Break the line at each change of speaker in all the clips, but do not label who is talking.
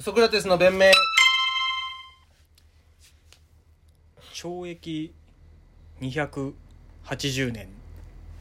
ソクラテスの弁明
懲役280年っ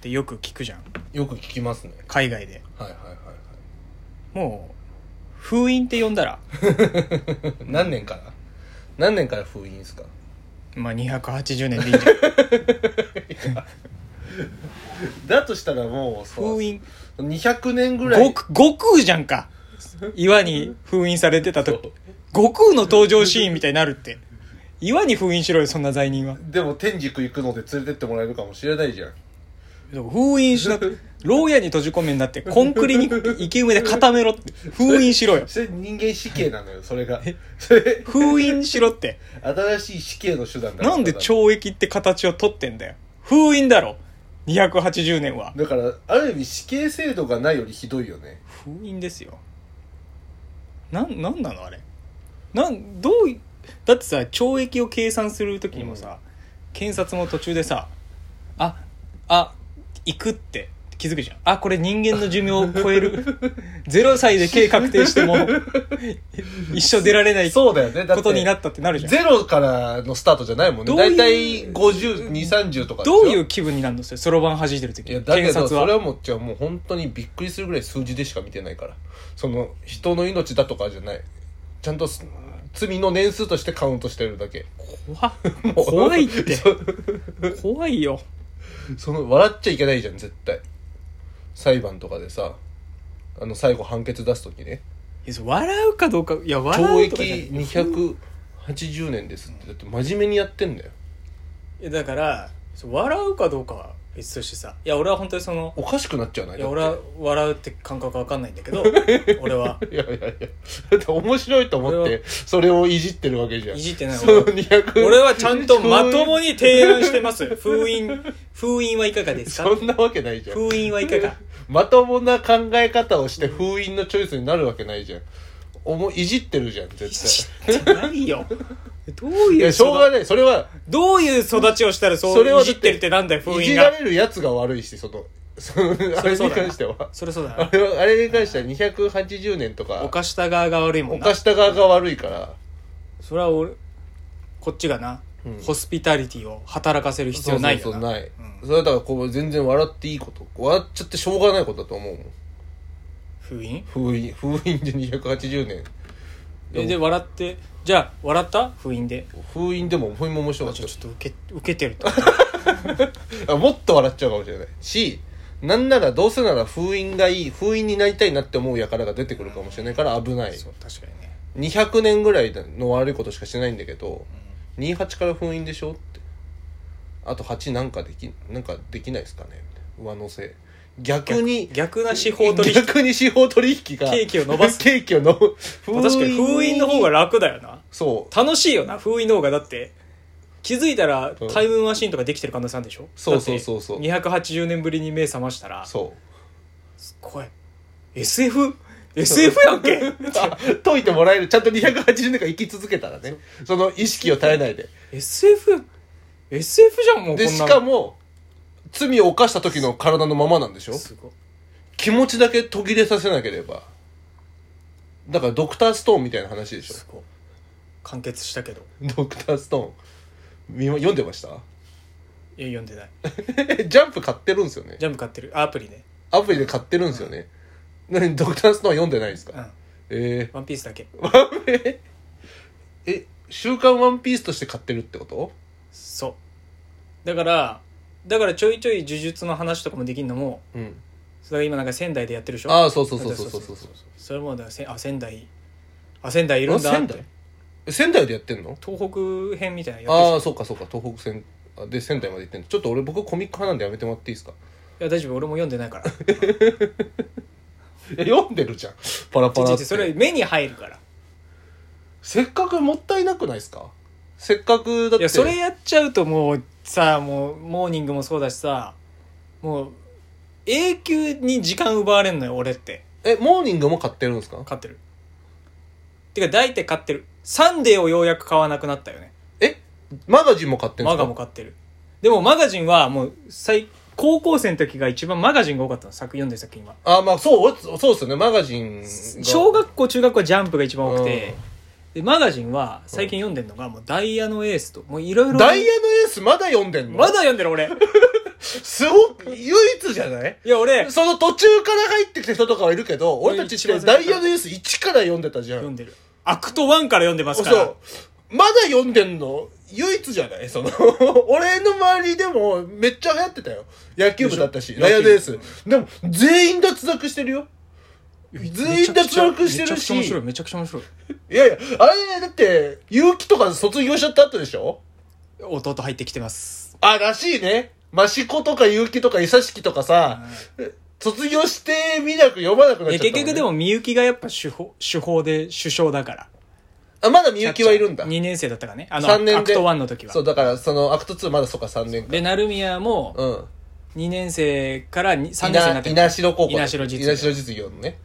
てよく聞くじゃん
よく聞きますね
海外で
はいはいはいはい
もう封印って呼んだら、
何年から何年から封印ですか
まあ、280年でいいんじゃ ん
だとしたらもうそう
封印
200年ぐらい
悟空悟空じゃんか岩に封印されてた
そう
時悟空の登場シーンみたいになるって岩に封印しろよそんな罪人は
でも天竺行くので連れてってもらえるかもしれないじゃん
でも封印しなく牢屋に閉じ込めになってコンクリに生き埋めで固めろって封印しろよ
それ人間死刑な のよそれがそれ
封印しろって
新しい死刑の手段だから
なんで懲役って形を取ってんだよ封印だろ280年は
だからある意味死刑制度がないよりひどいよね
封印ですよなんなんなのあれなんどういだってさ懲役を計算する時にもさ、検察も途中でさああ行くって気づくじゃんあこれ人間の寿命を超える 0歳で刑確定しても一生出られないこ
そうだよねだって
とになったってなるじゃん
ゼロからのスタートじゃないもんね
どう
だ
い
いうたい5030とかでし
ど
ょ
ういう気分になるんですよそろばん弾いてる時
いやだけ
検
ど
察
それ
は
はもうじゃあもう本当にびっくりするぐらい数字でしか見てないからその人の命だとかじゃないちゃんとす罪の年数としてカウントしてるだけ
怖っ怖いって
そ
怖いよ
その笑っちゃいけないじゃん絶対裁判とかでさあの最後判決出す時ね
いやそう笑うかどうかいや
懲
笑うと
役
かじゃない
280年ですってだって真面目にやってんだよ
いやだからそう笑うかどうかは別としてさいや俺は本当にその
おかしくなっちゃうない
いや俺
だっ
は笑うって感覚わかんないんだ けど俺は
ていやいやいやだって面白いと思っ
俺
てそれをいじってるわけじゃん
いじってない
そ
俺
の
は
200
俺はちゃんとまともに提案してます封印封印はいかがですか
そんなわけないじゃん
封印はいかが
まともな考え方をして封印のチョイスになるわけないじゃん。おもいじってるじゃん、
い
絶
じってないよ どう
対。い
いう
や、しょうが
育
ない。それは、
どういう育ちをしたらそ
それ
う
はい
じってるってなんだよ封
い
印
じら
が
れるやつが悪いし、その、その、あ
そ
れ
りゃそう
に
だよ
関しては。
それそうだ
あ
な
れはあれに関しては280年とか、
犯した側が悪いもんな
犯した側が悪いから、
それは俺こっちがな、
うん
ホスピタリティを働かせる必要ない
そう
よ
そう
な
そうない。
うん
それはだから、こう、全然笑っていいこと。笑っちゃってしょうがないことだと思うもん。
封印
封印、封印で280年。
えで笑ってじゃあ笑った封印で
封印でも、封印も面白かった
ちょ。ちょっと受け受けて ると
あもっと笑っちゃうかもしれないしなんならどうせなら封印がいい封印になりたいなって思う輩が出てくるかもしれないから危ない
そう確かにね
200年ぐらいの悪いことしかしてないんだけど、28から封印でしょってあと8なんかできなんかできないですかね上乗せ逆に
逆な司法取引
逆に司法取引が
ケーキを 伸ばす
ケーキをの確
確かに封印の方が楽だよな
そう
楽しいよな封印の方がだって気づいたら
うん
タイムマシンとかできてる患者さんでしょ
そうそうそうそう
だって280年ぶりに目覚ましたら
そう
すごい SF?SF やんけ
あ解いてもらえるちゃんと280年間生き続けたらねその意識を絶えないで
SF?SF じゃんもうこ
で
んなの
しかも罪を犯した時の体のままなんでしょ
すごい
気持ちだけ途切れさせなければだからドクターストーンみたいな話でしょ
すごい完結したけど
ドクターストーン見ま読んでました
いや読んでない
ジャンプ買ってるんですよね
ジャンプ買ってるあアプリね
アプリで買ってるんですよね、何ドクターストーン読んでないですか、
うん
え
ワンピースだけ
ー、 え「週刊ワンピースとして買ってるってこと
そうだからだからちょいちょい呪術の話とかもできるのも
うん
それが今なんか仙台でやってるでしょ
ああそうそうそうそうそうそうそう
それもだからせあ仙台あ仙台いるんだ
あ仙台え仙台でやってんの
東北編みたいなの
あ
やって
あ
る
そうかそうか東北線で仙台まで行ってんのちょっと俺僕コミック派なんでやめてもらっていいですか
いや大丈夫俺も読んでないから
え読んでるじゃんパラパラ
ち
っ
ち
て
それ目に入るから
せっかくもったいなくないですかせっかくだって
いやそれやっちゃうともうさもうモーニングもそうだしさもう永久に時間奪われんのよ俺って
えモーニングも買ってるんですか
勝ってるてか大体買ってるサンデーをようやく買わなくなったよね
えマガジンも買ってるんで
マ
すか
ガも買ってるでもマガジンはもう最高校生の時が一番マガジンが多かったの作読んでる作品は
あまあそうそうですよねマガジンが
小学校中学校はジャンプが一番多くて、でマガジンは最近読んでるのがもうダイヤのエースともういろいろ
ダイヤのエースまだ読んでんの
まだ読んでる俺い
すごく唯一じゃない
や俺
その途中から入ってきた人とかはいるけど俺たちってダイヤのエース1から読んでたじゃ
読ん
ん
でるアクト1から読んでます
そ
から
うまだ読んでんの唯一じゃないそ の俺の周りでもめっちゃ流行ってたよ野球部だったし
でしょ
ダイヤのエー
野
スでも全員脱落してるよ全員脱落してるし
めちゃくちゃ面白いめちゃくちゃ面白い
いやいやあれだって結城とか卒業しちゃった後でしょ
弟入ってきてます
あ、らしいね。益子とか結城とか伊佐敷とかさ、卒業してみなく読まなくなっちゃ
いや
ったもんね、
結局でもみゆきがやっぱ主砲主砲で首相だから
あ、まだみゆきはいるんだ。
2年生だったかねあの
3年で。
アクト1の時は
そう、だからそのアクト2まだそっか3年か。
で成宮も
うん。
2年生から3年生にな
稲
って
稲城高校。
稲城実
稲
業
城実業のね。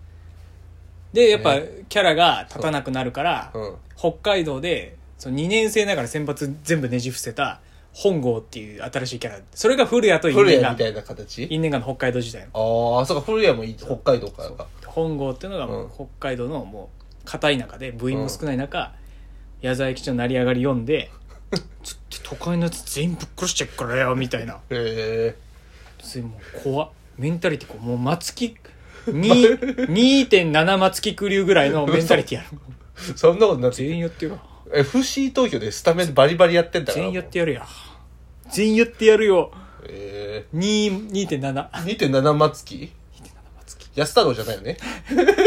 でやっぱキャラが立たなくなるから、
うん。
北海道でその2年生ながら先発全部ねじ伏せた本郷っていう新しいキャラそれが古谷と因
古
縁
谷み
が
たいな形
因縁がの北海道時代の
ああ、そうか、古谷もい北海道からか。
本郷っていうのがもう
うん
北海道のもう硬い中で部員も少ない中、矢沢永吉の成り上がり読んで ちょっと都会のやつ全員ぶっ殺しちゃうからよみたいな
へえ。
それもう怖っメンタリティこうもう松木 に2.7松木クリューぐらいのメンタリティやる
そんなことなって。
全員やってるわ
FC 東京でスタメンバリバリやってんだから。
全員やってやるや全員やってやるよ
へ
2 2.7
え。2.7松木
松木
安太郎じゃないよね。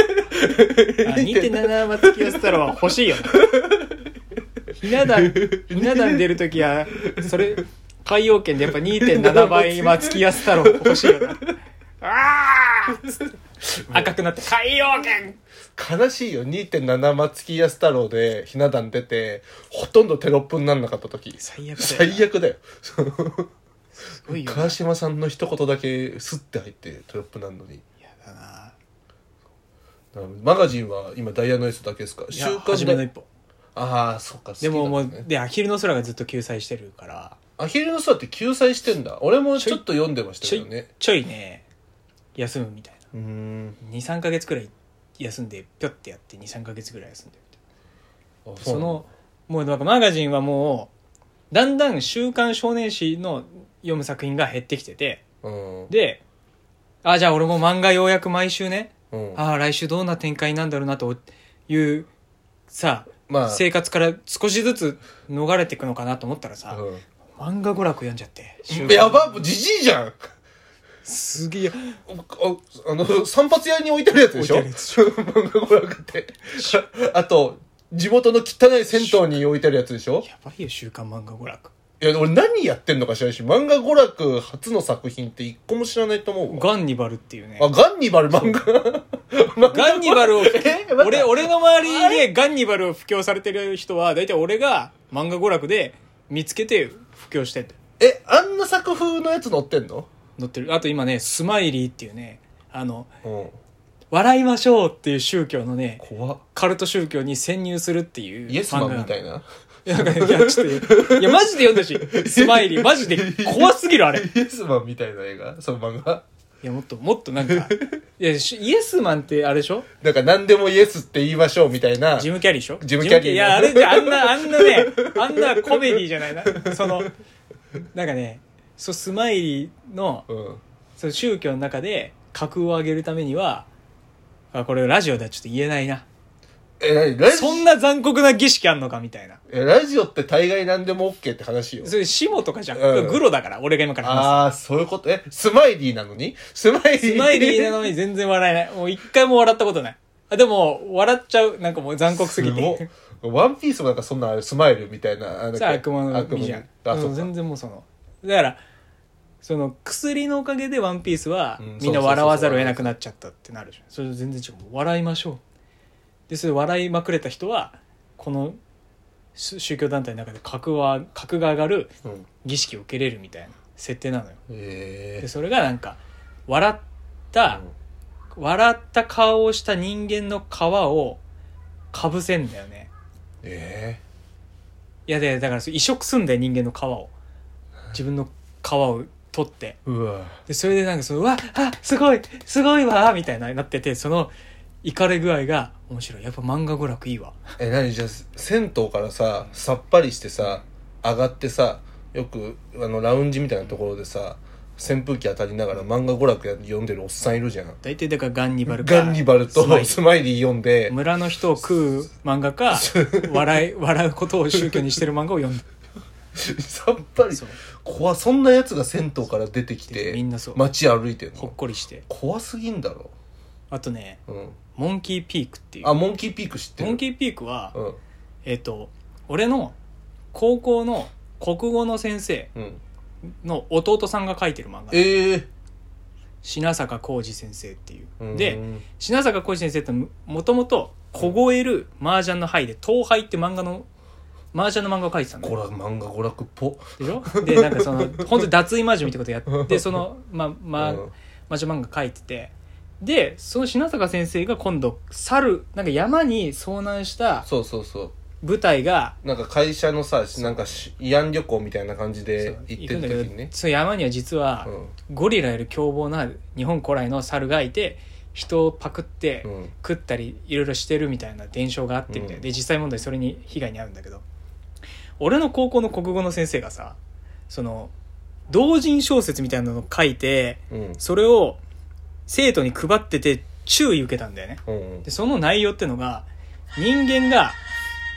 あ2.7松木安太郎は欲しいよねひな壇ひな壇出るときはそれ海洋圏でやっぱ2.7倍松木安太郎欲しいよなあーっつって赤くなって海洋圏
悲しいよ2.7松木安太郎でひな壇出てほとんどテロップになんなかった時
最悪だよ
最悪だよ
すごいよ
川島さんの一言だけスッて入ってテロップなんのに
嫌だな
だからマガジンは今ダイヤのエースだけですか
い
週
や
刊
初めの一
で
歩
ああそっか好き
でもも
なん
う
だね
でアヒルの空がずっと救済してるから
アヒルの空って救済してんだ俺もちょっと読んでました
ち
け
ょ
ど
い
ね
ちょいね休むみたいう
ーん
な23か月くらい休んでぴょってやって23か月くらい休んで
あう
そのもうなんかマガジンはもうだんだん「週刊少年誌」の読む作品が減ってきてて
うん
であじゃあ俺も漫画ようやく毎週ね
うん
ああ来週どんな展開なんだろうなというさ
まあ
生活から少しずつ逃れていくのかなと思ったらさ
う
漫画娯楽読んじゃって
んやばもうじじいじゃん
すげえ
ああの、散髪屋に置いてあるやつでしょ
置いてあるや
漫画娯楽って。あと、地元の汚い銭湯に置いてあるやつでしょ
やばいよ週刊漫画娯楽
いや、俺何やってんのか知らないし、漫画娯楽初の作品って一個も知らないと思うわ。
ガンニバルっていうね
あ、ガンニバル漫画
ガンニバル を
え待って
俺俺の周りでガンニバルを布教されてる人は大体俺が漫画娯楽で見つけて布教してって
え、あんな作風のやつ載ってんの
載ってるあと今ねスマイリーっていうねあの
うん。
笑いましょうっていう宗教のね
怖っ
カルト宗教に潜入するっていう
イエスマンみた
い
いな。
やなんかいやちょっといやマジで読ん だしスマイリーマジで怖すぎるあれ
イエスマンみたいな映画その漫画
いやもっともっとなんかいやしイエスマンってあれでしょ
なんか何でもイエスって言いましょうみたいな。
ジム・キャリーでしょ
ジムキャリー
いや、あれってあんな、あんなね、あんなコメディじゃないな。その、なんかね、そう、スマイリーの、
うん。
その宗教の中で格を上げるためには、あ、これラジオではちょっと言えないな。
え、何ラジ
そんな残酷な儀式あんのかみたいな。
えラジオって大概何でも OK って話よ。
それ、シモとかじゃん。
うん
グロだから、俺が今から話
ああ、そういうこと。え、スマイリーなのにスマイリ
す。
ー。
スマイリーなのに全然笑えない。もう一回も笑ったことない。あ、でも、笑っちゃう。なんかもう残酷すぎて。
ごっワンピースもなんかそんなあれスマイルみたいな。あの
さあ悪魔の実じゃん
あ、
う
そ
ん
うか
全。然もうそのだからその薬のおかげで「ワンピースは
うん
みんな
そうそうそう
笑わざるを得なくなっちゃったってなるじゃんそれと全然違うもう笑いましょうでそれで笑いまくれた人はこの宗宗教団体の中で格は格が上がる
うん
儀式を受けれるみたいな設定なのよ
え
で
ー
それがなんか笑った笑った顔をした人間の皮をかぶせんだよね
え
いやでだからそれ移植すんだよ人間の皮を自分の皮を取って
うわ
でそれでなんかその「うわあすごいすごいわ」みたいななっててそのイカれ具合が面白いやっぱ漫画娯楽いいわ
え何じゃあ銭湯からささっぱりしてさ上がってさよくあのラウンジみたいなところでさ扇風機当たりながら漫画娯楽や読んでるおっさんいるじゃん
大体だからガンニバルか
ガンニバルと
スマイル
スマイリー読んで
村の人を食う漫画 か笑い笑うことを宗教にしてる漫画を読んで
さっぱり
そう
怖そんなやつが銭湯から出てきて
みんなそう
街歩いてん
ほっ
の
こりして
怖すぎんだろ、
あとね
うん、
モンキーピークっていう
あモンキーピーク知ってる
モンキーピークは、
うん
えっ、と俺の高校の国語の先生
うん、
の弟さんが書いてる漫画
ええ
品坂浩二先生っていう、
うん
で品坂浩二先生ってももともと凍える麻雀の牌で「東牌」って漫画の麻雀の漫画を書いてたんだ
娯
よ
楽漫画娯楽っぽ
でしょでなんか その本当に脱衣麻雀みたいなことやってそのまあまあ、
うん
魔女漫画書いててでその品坂先生が今度猿なんか山に遭難した
そうそうそう
舞台が
なんか会社のさなんかし慰安旅行みたいな感じ
そ
で
う
行っ
行
て
くんだ
る
け
時に
ど
ね
その山には実はゴリラより凶暴な日本古来の猿がいて人をパクって
うん、うん、
食ったりいろいろしてるみたいな伝承があってみたいな
うん
で実際問題それに被害に遭うんだけど俺の高校の国語の先生がさその同人小説みたいなのを書いて
うん
それを生徒に配ってて注意受けたんだよね
うん
でその内容ってのが人間が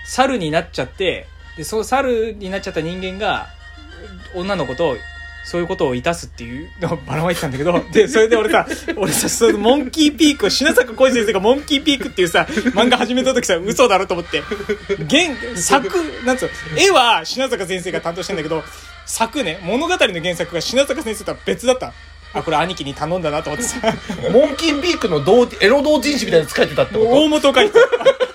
猿になっちゃってでその猿になっちゃった人間が女の子とそういうことをいたすっていう のをばらまいてたんだけどでそれで俺さ俺さそのモンキーピークを品坂浩二先生がモンキーピークっていうさ漫画始めた時さ嘘だろと思って原作なんつうの絵は品坂先生が担当してんだけど作ね物語の原作が品坂先生とは別だったあこれ兄貴に頼んだなと思ってさ
モンキーピークの同エロ同人誌みたいなの使えてたってこ
大元を書いてた